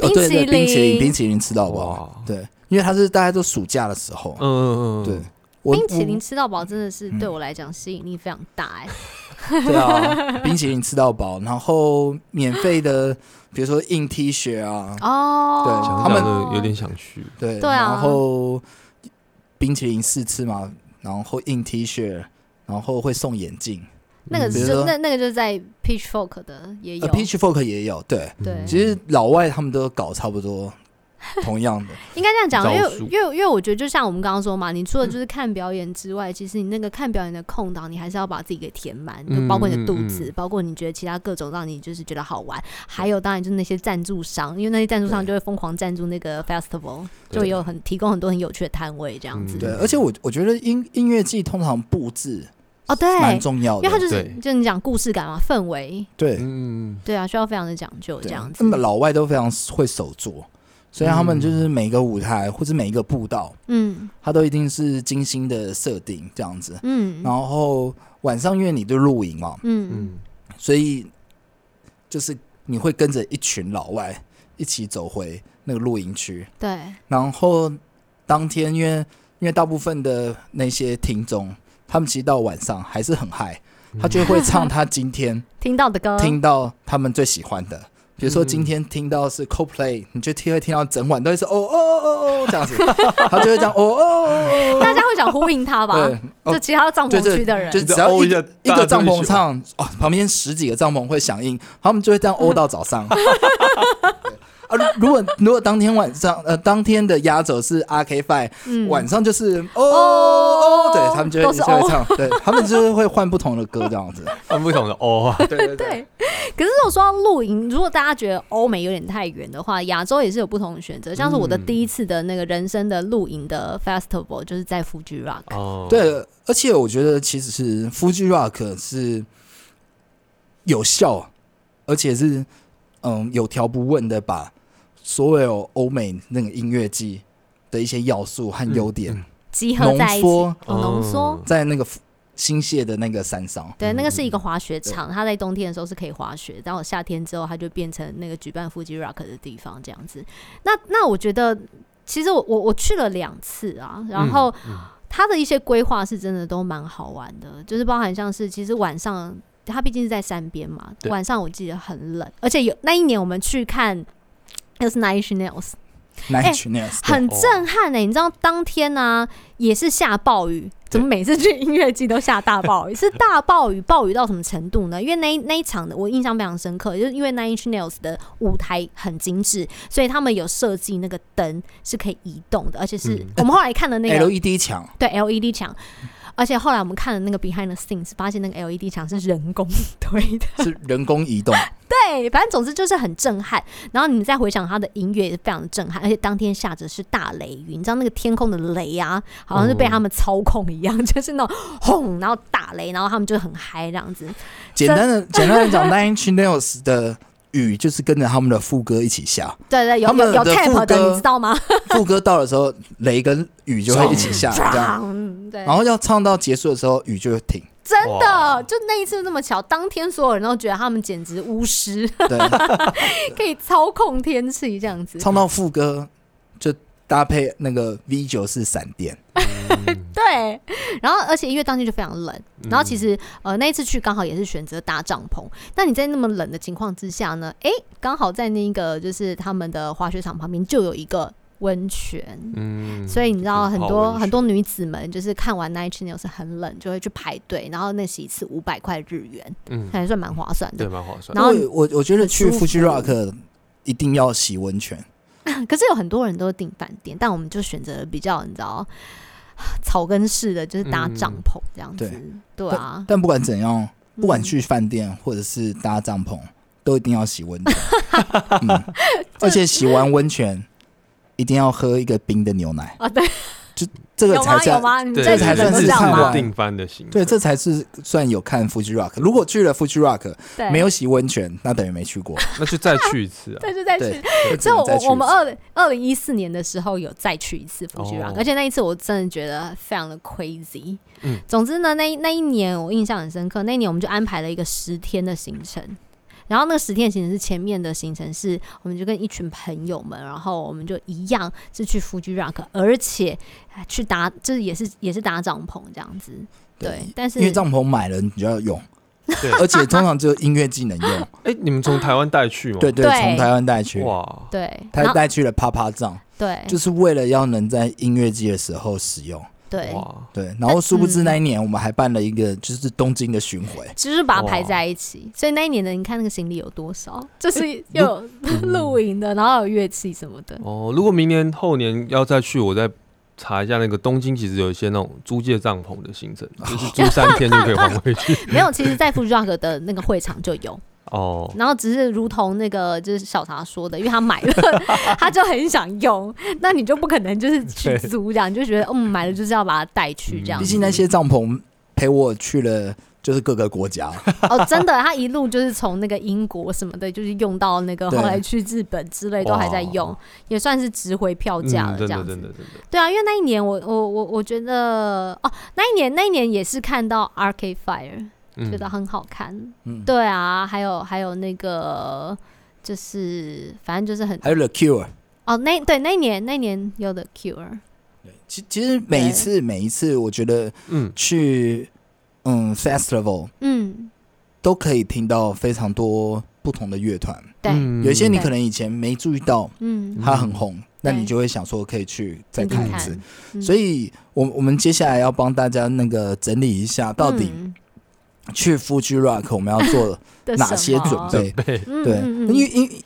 哦，对对，
冰
冰
淇
淇
淋
淋，冰淇淋吃到饱。
哇，
对，因为它是大家都暑假的时候。
嗯嗯嗯，
对，，我
冰淇淋吃到饱真的是
嗯
对我来讲吸引力非常大哎、
我 对啊，冰淇淋吃到饱，然后免费的，比如说硬 T 恤啊，
哦，
对
想
他
着
们
想着有点想去。
对，
对啊
然后冰淇淋试吃嘛，然后硬 T 恤，然后会送眼镜，
那个
嗯
比如
就
说
那那个就是在 Pitchfork 的也有
呃，，Pitchfork 也有，对，
对，
其实老外他们都搞差不多同样 的，
应该这样讲，啊因
招
为
数
因为因为我觉得，就像我们刚刚说嘛，你除了就是看表演之外，其实你那个看表演的空档，你还是要把自己给填满，就
嗯
包括你的
嗯
肚
嗯
子，包括你觉得其他各种让你就是觉得好玩，还有当然就是那些赞助商，因为那些赞助商
对
就会疯狂赞助那个 festival，
对
就有很提供很多很有趣的摊位这样子。
嗯
对，而且我我觉得音音乐季通常布置
哦，对，
蛮重要
因为它
的，
就是
对
就是你讲故事感嘛，氛围，
对，
嗯，
对啊，需要非常的讲究这
对
样，子
那。么老外都非常会手做，所以他们就是每个舞台或者每一个步道，
嗯
它都一定是精心的设定这样子，
嗯
然后晚上因为你就露营嘛，
嗯
嗯，
所以就是你会跟着一群老外一起走回那个露营区，
对，
然后当天因为因为大部分的那些听众，他们其实到晚上还是很嗨，他就会唱他今天
听到的歌，
听到他们最喜欢的。比如说今天听到是 CoPlay，你就听会听到整晚都会是哦哦哦哦哦这样子，他就会这样哦哦哦
大家会想呼应他 吧？
哦哦，
就其他帐
对
篷
对
区的人，
就是
就
只要
哦
一
一下
个一
大
个
家
帐
都一
篷
起
唱，哦，旁边十几个帐篷会响应，他们就会这样欧到 早上。对啊，如如果如果当天晚上，呃，当天的压轴是 RK Five，、
嗯
晚上就是哦
哦
哦，对他们就
都
会
是
就会
哦
唱，对他们就是会换不同的歌这样子。
按不同的哦 啊，
对对
对，可是我说到露营，如果大家觉得欧美有点太远的话，亚洲也是有不同的选择。像是我的
嗯
第一次的那个人生的露营的 festival，就是在 Fuji Rock。
哦，
对，而且我觉得其实是 Fuji Rock 是有效，啊而且是嗯有条不紊的把所有欧美那个音乐季的一些要素和优点
集合
浓
在一起，
缩
哦浓缩。
在那个新泻的那个山上。
对，那个
嗯
是一个滑雪场，它在冬天的时候是可以滑雪，然后夏天之后它就变成那个举办 Fuji Rock 的地方这样子。那那我觉得，其实我我我去了两次啊，然后
嗯嗯
它的一些规划是真的都蛮好玩的，就是包含像是其实晚上它毕竟是在山边嘛，
对
晚上我记得很冷，而且有那一年我们去看。那个是 Nine Inch Nails，
南曲那样子，
哎很震撼呢、欸你知道当天呢、也是下暴雨，怎么每次去音乐季都下大暴雨？ 是大暴雨，暴雨到什么程度呢？因为那一那一场的我印象非常深刻，就是因为 Nine Inch Nails 的舞台很精致，所以他们有设计那个灯是可以移动的，而且是
嗯
我们后来看的那个
LED E 墙，
对 LED 墙，而且后来我们看了那个 behind the scenes，发现那个 LED 墙是人工 推的。
是人工移动，
对，反正总之就是很震撼。然后你再回想他的音乐也是非常震撼，而且当天下着是大雷雨，你知道那个天空的雷啊，好像是
哦
被他们操控一样， 就是那种轰，然后打雷，然后他们就很嗨这样子。
简 单的简单的讲，Nine Inch Nails 的雨就是跟着他们的副歌一起下，
对对，有
他们
有有
的
tap
副
的，
歌
你知道吗？
副歌到的时候，雷跟雨就会一起下，这样。
嗯对，
然后要唱到结束的时候，雨就会 停。
真的
哇
就那一次那么巧，当天所有人都觉得他们简直巫师，
对，
可以操控天气这样子。
唱到副歌就搭配那个 V 九是闪电，
对，然后而且因为当天就非常冷，然后其
嗯
实呃那一次去刚好也是选择搭帐篷。那你在那么冷的情况之下呢？诶，刚好在那个就是他们的滑雪场旁边就有一个温泉。
嗯
所以你知道很多很
多
多女子们就是看完 Nine Inch Nails 很冷，就会去排队，然后那是一次五百块日元，
嗯，
还算蛮划算
对，
的。
蛮划算
然。后
我我我觉得去
很舒服嗯
Fuji Rock 一定要洗温泉，
可是有很多人都订饭店，但我们就选择了比较你知道草根式的，就是搭帐
嗯
篷这样子。对啊，
但不管怎样，不管
嗯
去饭店或者是搭帐篷，都一定要 洗温泉。嗯，而且洗完温泉一定要喝一个冰的牛奶，
啊，对，
就这个
有
才
吗？有
叫
吗？你们
对
这
个才
几
算
个
是
这样
看
吗
完？
定番的行程，
对，这才是算有看 Fuji Rock。如果去了 Fuji Rock
对，
没有洗温泉，那等于没 去过。
那就再去一次啊。
对，就再
对
去。所以
再去
我我们
一次
二二零一四年的时候有再去一次 Fuji Rock，、
哦
而且那一次我真的觉得非常的 crazy。
嗯
总之呢，那一那一年我印象很深刻，那一年我们就安排了一个十天的行程。然后那个十天的行程是前面的行程是，我们就跟一群朋友们，然后我们就一样是去 Fuji Rock，而且呃去搭，就是也是也是搭帐篷这样子。对，但是
因为帐篷买了你就要用，
对，
而且通常只有音乐技能 用。
哎，你们从台湾带去吗？
对对，
对
从台湾带去，
哇，
对，
他
然后
带去了啪啪帐，
对
就是为了要能在音乐季的时候使用。
对，
哇，
对，然后殊不知那一年我们还办了一个就是东京的巡回，
就是把它
哇
排在一起。所以那一年的，你看那个行李有多 少？就是又有
嗯
露营的，然后有乐器什么的。
哦，如果明年后年要再去，我再查一下那个东京，其实有一些那种租借帐篷的行程，就是租三天就可以还回 去。
没有，其实，在 Fuji Rock 的那个会场就有，
哦，
然后只是如同那个就是小茶说的，因为他买 了，他就很想用，那你就不可能就是去
对
租这样，你就觉得嗯买了就是要把它带去这样
嗯
毕
子。
竟那些帐篷陪我去了就是各个国家。
哦，真的，他一路就是从那个英国什么的，就是用到那个后
对
来去日本之类都还在
哇
用，也算是值回票价哦了
嗯，
这
真
样
的
子
真。的真的，
对啊，因为那一年我我我我觉得哦，那一年那一年也是看到 Arcade Fire，、
嗯
觉得很好看。
嗯，
对啊，还有还有那个就是反正就是很
还有 The Cure。
哦，那对那一年那一年有的 Cure，
其其实每一次每一次，我觉得
嗯，
去嗯 festival
嗯，
都可以听到非常多不同的乐团，
对，嗯
嗯
有一些你
对
可能以前没注意到
嗯
它很红，那
对
你就会想说可以去再
听听
看一次。
嗯
所以，我我们接下来要帮大家那个整理一下，到底
嗯
去 Fuji Rock 我们要 做
的
哪些
什
准
么？
备？
对，
嗯
对，
嗯嗯
因为因为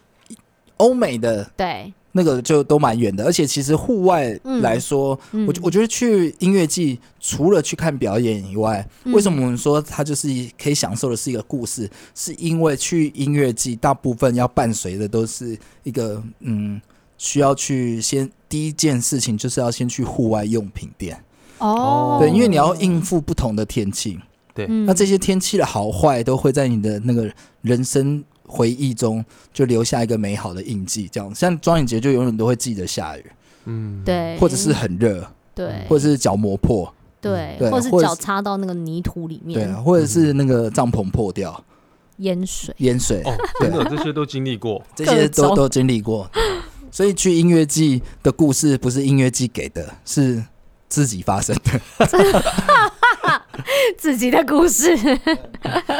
欧美的
对，
那个就都蛮远的，而且其实户外
嗯
来说，我我觉得去音乐季除了去看表演以外，
得
为什么我们说它就是可以享受的是一个故事？是因为去音乐季，大部分要伴随的都是一个嗯，需要去先第一件事情就是要先去户外用品店，
哦？
对，因为你要应付不同的天气，
嗯，
那这些天气的好坏都会在你的那个人生回忆中就留下一个美好的印记。这样，像庄颖杰就永远都会记得下雨，
嗯，
对，
或者是很热，
对，
或者是脚磨破，
对，
对
或者是
或者
脚
是
插到那个泥土里
对，啊
面，
或者是那个帐篷破掉、
淹水。
淹水。
哦，真的这些都经历过，
这些
各
都
种
都经历过。 所以去音乐季的故事不是音乐季给的，是自己发 生的。
自己的故事。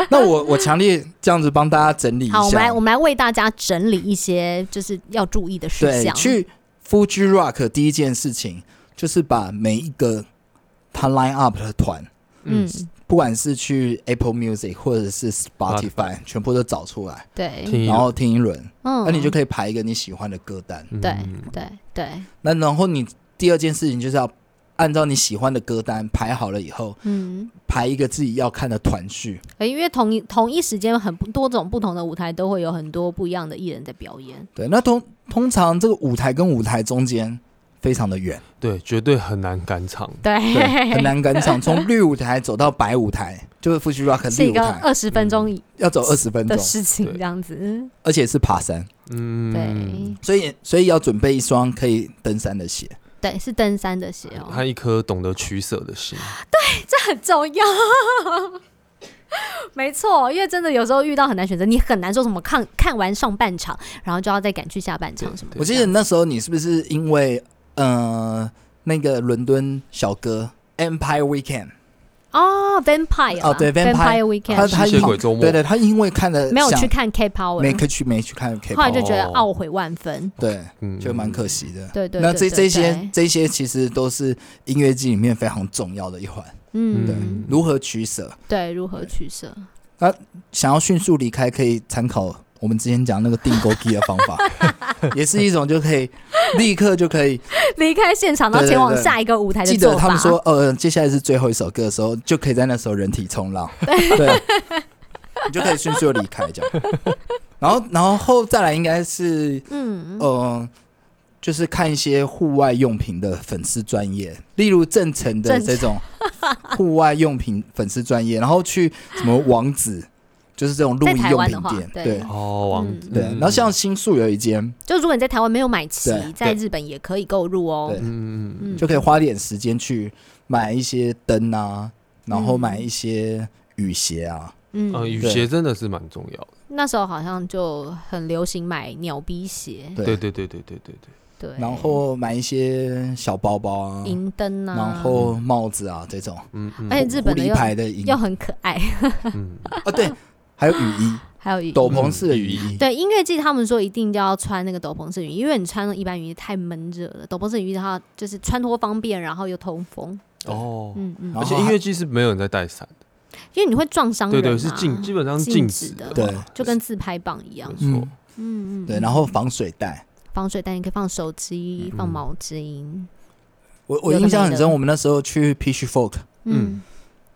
那我我强烈这样子帮大家整理一下。
好，我们来我们来为大家整理一些就是要注意的事
对
项。
去 Fuji Rock 第一件事情就是把每一个他 line up 的团，
嗯
嗯，，
不管是去 Apple Music 或者是 Spotify，
Spotify
全部都找出来，
对，
听一
然后听一轮，
嗯，
那你就可以排一个你喜欢的歌单。
轮
对
嗯
对对，
那然后你第二件事情就是要按照你喜欢的歌单排好了以后，
嗯，
排一个自己要看的团序。
呃因为同一同一时间很不多种不同的舞台都会有很多不一样的艺人在表演。
对，那通通常这个舞台跟舞台中间非常的远，
对，绝对很难赶场，
对，
对，很 难赶场。从绿舞台走到白舞台，就是复习 rock
是
绿
一
舞
个
台，嗯
二十分钟以
要走二十分
的
钟，
事情
对
这样子。
而且是爬山，
嗯
对，
所以所以要准备一双可以登山的鞋。
对，是登山的鞋 哦。
他一颗懂得取舍的心，
很重要。没错，因为真的有时候遇到很难选择，你很难说什么看看完上半场，然后就要再赶去下半场什么的。
对
我记得那时候你是不是因为呃那个伦敦小哥 Empire Weekend，
哦，Vampire 啦
哦对
Vampire
Vampire
Weekend，
他他
吸血鬼周末
对对，他因为看了
没有
想
去啊看 K
没
Power，
去没去看 K，
后来就觉得
哦
懊悔万分。
对，
嗯
就蛮可惜的。
对对，
那
对对
这这些
对
这些其实都是音乐季里面非常重要的一环，
嗯
嗯，
如何取舍？
对，如何取舍？
想要迅速离开，可以参考我们之前讲那个定钩机的方 法，也是一种就可以立刻就可以
离开现场，然后
对对
前往
对
下一个舞台的
记
做
得
法。
他们说，呃，接下来是最后一首歌的时候，就可以在那时候人体 冲浪，对，你就可以迅速地离开这样。然后，然后再来应该是，
嗯，
嗯、呃，就是看一些户外用品的粉丝专业，例如正成的
正成
这 种户外用品粉丝专业，然后去什么王子，就是这种露
在
营
台
用
湾的
品
话
店，
对
对
哦，王
嗯
子
对。然后像新宿有一间，
就如果你在台湾没有买齐
对，
在
对
日本也可以购入哦
对。
嗯嗯嗯
嗯，
就可以花点时间去买一些灯啊，然后
嗯
买一些雨鞋啊，
嗯
嗯，呃，雨
对
鞋真的是蛮重要的。
那时候好像就很流行买鸟逼鞋，
对
对对对对对对对。
对，
然后买一些小包包啊，
嗯银灯啊，
然后帽子啊这种，
嗯嗯
而且日本的
狐狸
又
牌的银
又
啊，
很可爱，
嗯，
对，还有雨衣，
还有雨
斗篷式的雨衣，
对，音乐季他们说一定要穿那个斗篷式雨衣，因为你穿那一般雨衣太闷热了。斗篷式雨衣的话，就是穿脱方便，然后又通风。
哦，
嗯嗯
然，
而
后
且音乐季是没有人在带伞的，
因为你会撞伤人、
对
啊。
对，是禁，基本上是禁
禁
止
止的
对
嘛
就跟自拍棒一样
没。
嗯
错，
嗯嗯，
对，
嗯
然后防水袋。
防水袋你可以放手机、
嗯
放毛巾。嗯
我我
有的
印象
没
很
的
深，我们那时候去 Peach Fork，
嗯
嗯，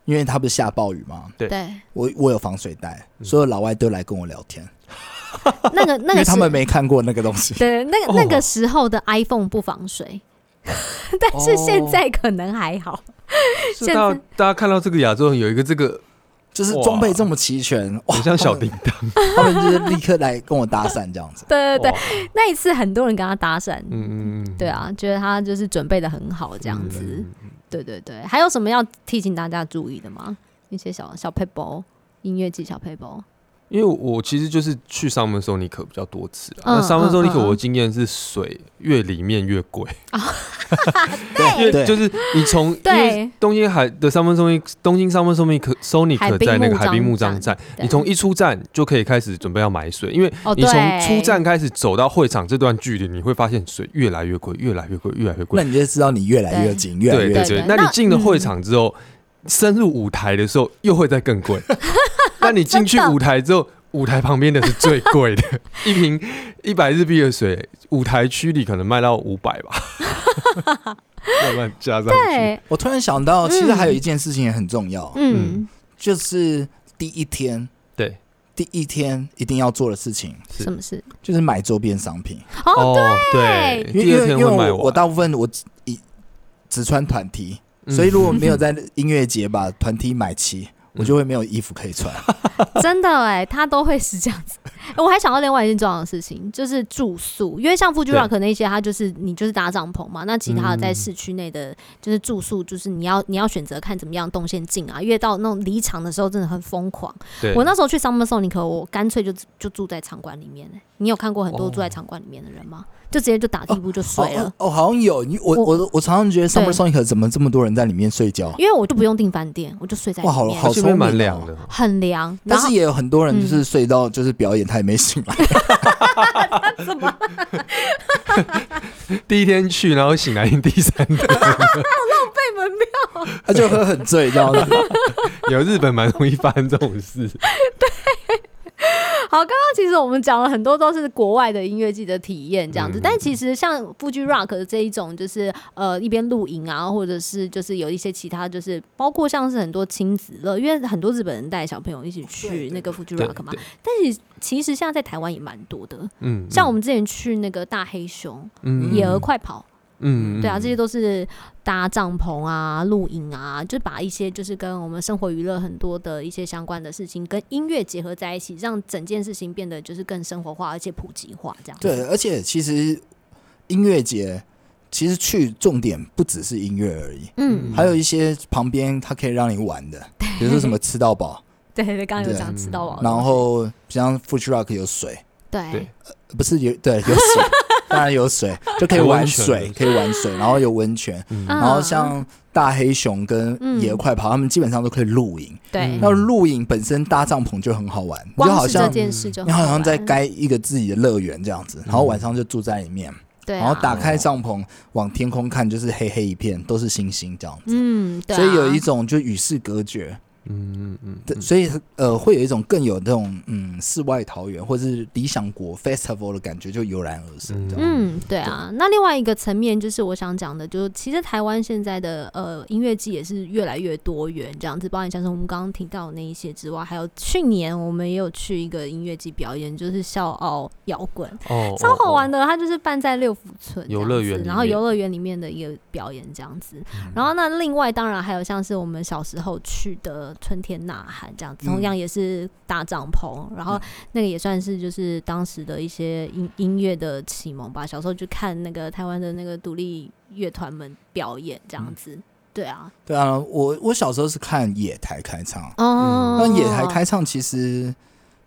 因为它不是下暴雨嘛，
对
对，
我我有防水袋，
嗯
所有老外都来跟我聊天，
那个那个
因为
时
他们没看过那个东 西。
对那个
哦
那个时候的 iPhone 不防水， 但是现
哦
在可能还好。
是
现
大
在。
大家看到这个亚洲人有一个这个
就是
哇
装备这么齐全，哇，
很像小叮当，
他们就是立刻来跟我搭讪这样子
对对对，
哇，
那一次很多人跟他搭讪。
嗯嗯嗯，
对啊，觉得他就是准备的很好，这
嗯，
样子。
嗯，嗯
对对对，还有什么要提醒大家注意的吗？一些小小 p a p e 音乐技巧 p a p e
因为我其实就是去 Summer Sonic 比较多次啊，
嗯
那 Summer
嗯
Sonic
嗯
我的经验是水越里面越贵，
对
因为就是你 从因
对
为东京海的 Summer Sonic 东京 Summer Sonic
海
Sonic
滨
在那个
幕
海滨
张
幕张
站
站，你从一出站就可以开始准备要买水，因为
哦
你从
对
出站开始走到会场这段距离，你会发现水越来越贵，越来越贵，越来越
那
贵。
你就知道你越来越紧，越来
对
越
对
紧。
对
对，
那你
那
进了会
嗯
场之后，深入舞台的时候又会再更 贵。那你进去
真的
舞台之后，舞台旁边的是最贵的， 一瓶一百日币的水，舞台区里可能卖到五百吧， 慢慢加上去。
对，
我突然想到，其实
嗯
还有一件事情也很重要，
嗯，
就是第一天，
对，
第一天一定要做的事情
是
什么事？
就是买周边商品，
哦，
对
对
因为
哎第
因
二
为
天
因
会
为
卖
我我
完。
大部分我只一只穿团 T，
嗯
所以如果没有在音乐节把团 T 买齐，我就会没有衣服可以穿。
真的哎，他都会是这样子。 我还想到另外一件重要的事情，就是住宿，因为像 Fuji
对
Rock 那些，它就是你就是搭帐篷嘛，那其他的在
嗯
市区内的，就是住宿，就是你要你要选择看怎么样动线近啊，因为到那种离场的时候真的很疯狂。
对
我那时候去 Summer Sonic，我干脆就就住在场馆里面、欸、你有看过很多
哦
住在场馆里面的人吗？就直接就打地铺就睡了。
哦哦，好像有你我
啊我
我我常常觉得 Summer Sonic 怎么这么多人在里面睡觉？
因为我就不用订饭店，我就睡在
哇好
里面，
它
好
这边蛮
聪明
凉
哦
的，
很凉。
但
然后
是也有很多人就是睡到就是表演他也没醒来，
第一天去，然后醒来第三天，
嗯
他就喝很醉，这 样子。
有日本蛮容易发生这种事。
好，刚刚其实我们讲了很多都是国外的音乐季的体验这样子，
嗯
但其实像 Fuji Rock 的这一种，就是呃一边露营啊，或者是就是有一些其他，就是包括像是很多亲子乐，因为很多日本人带小朋友一起去那个 Fuji
对
Rock 嘛
对，
但是其实现在在台湾也蛮多的，
嗯，嗯
像我们之前去那个大黑熊、
嗯
野鹅快跑，
嗯
对啊，这些都是搭帐篷啊、露营啊，就把一些就是跟我们生活娱乐很多的一些相关的事情跟音乐结合在一起，让整件事情变得就是更生活化，而且普及化这样子。
对，而且其实音乐节其实去重点不只是音乐而已，
嗯，
还有一些旁边它可以让你玩的，比如说什么吃 到饱，
对对，刚刚有
对嗯
讲吃到饱的东西，
然后像 Fuji Rock 有水，
对
对
不是有对 有水，当然有水，就可以
有温
玩
泉
水，可以玩水，然后有温泉，
嗯
然后像大黑熊跟野快跑，他们基本上都可以露营。
对
嗯，
那露营本身搭帐篷就很好玩，你就
光
好
是这
像
件事就
你好像在
玩
盖一个自己的乐园这样
嗯
子，然后晚上就住在里面，
对啊，
然后打开帐篷往天空看，就是黑黑一片，都是星星这样子，
嗯，对啊，
所以有一种就与世隔绝，
嗯嗯嗯，
对所以呃，会有一种更有那种嗯世外桃源或是理想国 festival 的感觉，就油然而生。这样，
嗯，对啊。那另外一个层面就是我想讲的，就是其实台湾现在的呃音乐季也是越来越多元，这样子，包含像是我们刚刚提到的那一些之外，还有去年我们也有去一个音乐季表演，就是笑傲摇滚，
哦，
超好玩的。
的。
它就是办在六福村
游
这样
乐
子
园里
然后
面
游乐园里面的一个表演这样子。
嗯
然后那另外当然还有像是我们小时候去的春天呐喊这样子，
嗯
同样也是搭帐篷，然后
嗯
那个也算是就是当时的一些音音乐的启蒙吧。小时候就看那个台湾的那个独立乐团们表演这
嗯
样子，对啊，
对啊，我我小时候是看野台开唱，
哦
嗯那野台开唱其实，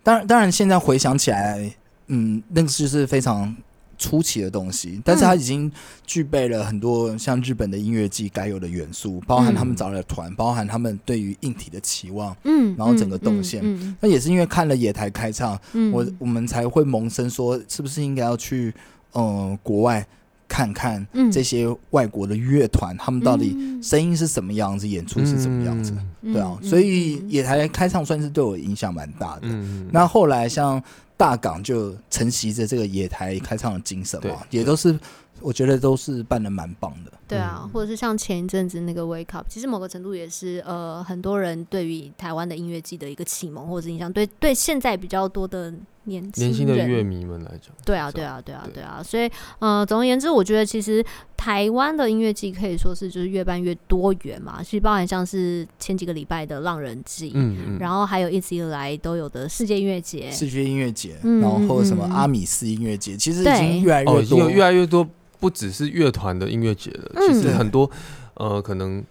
当然当然现在回想起来，嗯，那个就是非常出奇的东西，但是
嗯
它已经具备了很多像日本的音乐季该有的元素，包含他们找来的团，包含他们对于硬体的期望。
嗯，
然后整个
嗯
动线
嗯
那也是因为看了野台开唱，
嗯，
我我们才会萌生说，是不是应该要去嗯、呃国外看看
嗯
这些外国的乐团，他们到底
嗯
声音是什么样子，演出是什么样子？
嗯
对啊，
嗯
所以
嗯
野台开唱算是对我影响蛮大的。
嗯，嗯，
那后来像大港就承袭着这个野台开唱的精神嘛，也都是我觉得都是办的蛮棒的。
对
嗯
啊，或者是像前一阵子那个 Wake Up，其实某个程度也是呃，很多人对于台湾的音乐季的一个启蒙或者是影响，对对，现在比较多的年轻
年轻的
人
乐迷们来讲，
对啊，
是
对啊，对啊，
对
对啊，所以，呃，总而言之，我觉得其实台湾的音乐季可以说是就是越办越多元嘛，其实包含像是前几个礼拜的浪人季，
嗯嗯，
然
后
后还有一直以来都有的世界音乐节，
世界音乐节，
嗯
然后或者什么
嗯嗯
阿米斯音乐节，其实已
对
经越来
哦，
越
已经
多，
有越来越多，不只是乐团的音乐节了，
嗯
其实
对
很多呃，可能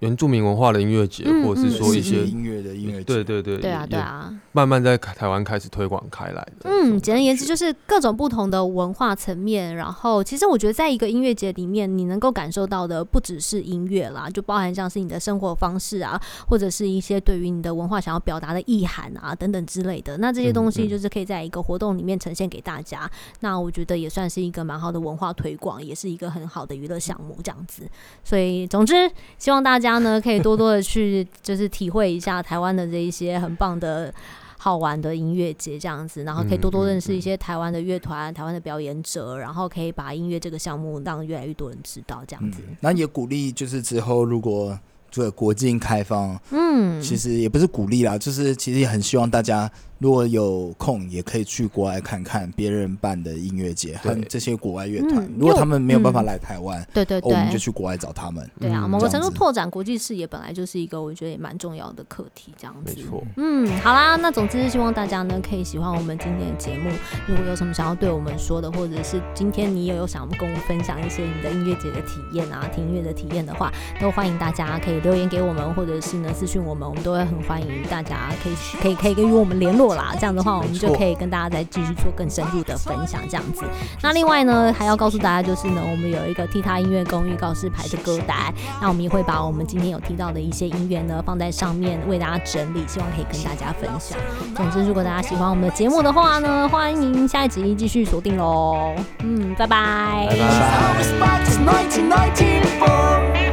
原住民文化的音乐节，
嗯
或者
嗯
是说一
世界
些。
音乐的音乐节，
对对对，
对啊，
也
对，啊，
也慢慢在台湾开始推广开来的。
嗯，简而言之
就
就是各种不同的文化层面。然后，其实我觉得在一个音乐节里面，你能够感受到的不只是音乐啦，就包含像是你的生活方式啊，或者是一些对于你的文化想要表达的意涵啊等等之类的。那这些东
嗯
西
嗯
就是可以在一个活动里面呈现给大家。那我觉得也算是一个蛮好的文化推广，也是一个很好的娱乐项目这样子。所以，总之，希望大家呢可以多多的去就是体会一下台湾的这一些很棒的。好玩的音乐节这样子，然后可以多多认识一些台湾的乐团、台湾的表演者，然后可以把音乐这个项目让越来越多人知道这样
嗯
子。，
那也鼓励就是之后如果这个国境开放，
嗯，
其实也不是鼓励啦，就是其实也很希望大家如果有空也可以去国外看看别人办的音乐节和
对
这些国外乐团
嗯。
如果他们没有办法
嗯
来台湾，
对对
哦我们
对
就，去国外找他们。
对啊，
嗯
某个
这
程
样
度
子
拓展国际视野本来就是一个我觉得也蛮重要的课题，这样子。
没错。
嗯，好啦，那总之是希望大家呢可以喜欢我们今天的节目。如果有什么想要对我们说的，或者是今天你也有想跟我们分享一些你的音乐节的体验啊、听音乐的体验的话，都欢迎大家可以留言给我们，或者是呢私讯我们，我们都会很欢迎大家可以可以可以跟与我们联络啦。这样的话，我们就可以跟大家再继续做更深入的分享，这样子。那另外呢，还要告诉大家就是呢，我们有一个替他音乐公寓告示牌的歌单，那我们也会把我们今天有提到的一些音乐呢放在上面为大家整理，希望可以跟大家分享。总之，如果大家喜欢我们的节目的话呢，欢迎下一集继续锁定喽。嗯，拜拜。
拜拜
Our spot is 1994.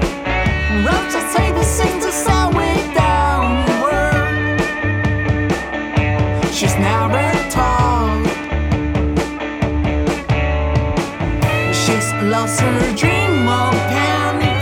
Round the table sings a song way down the world. She's narrow and tall. She's lost her dream of pen.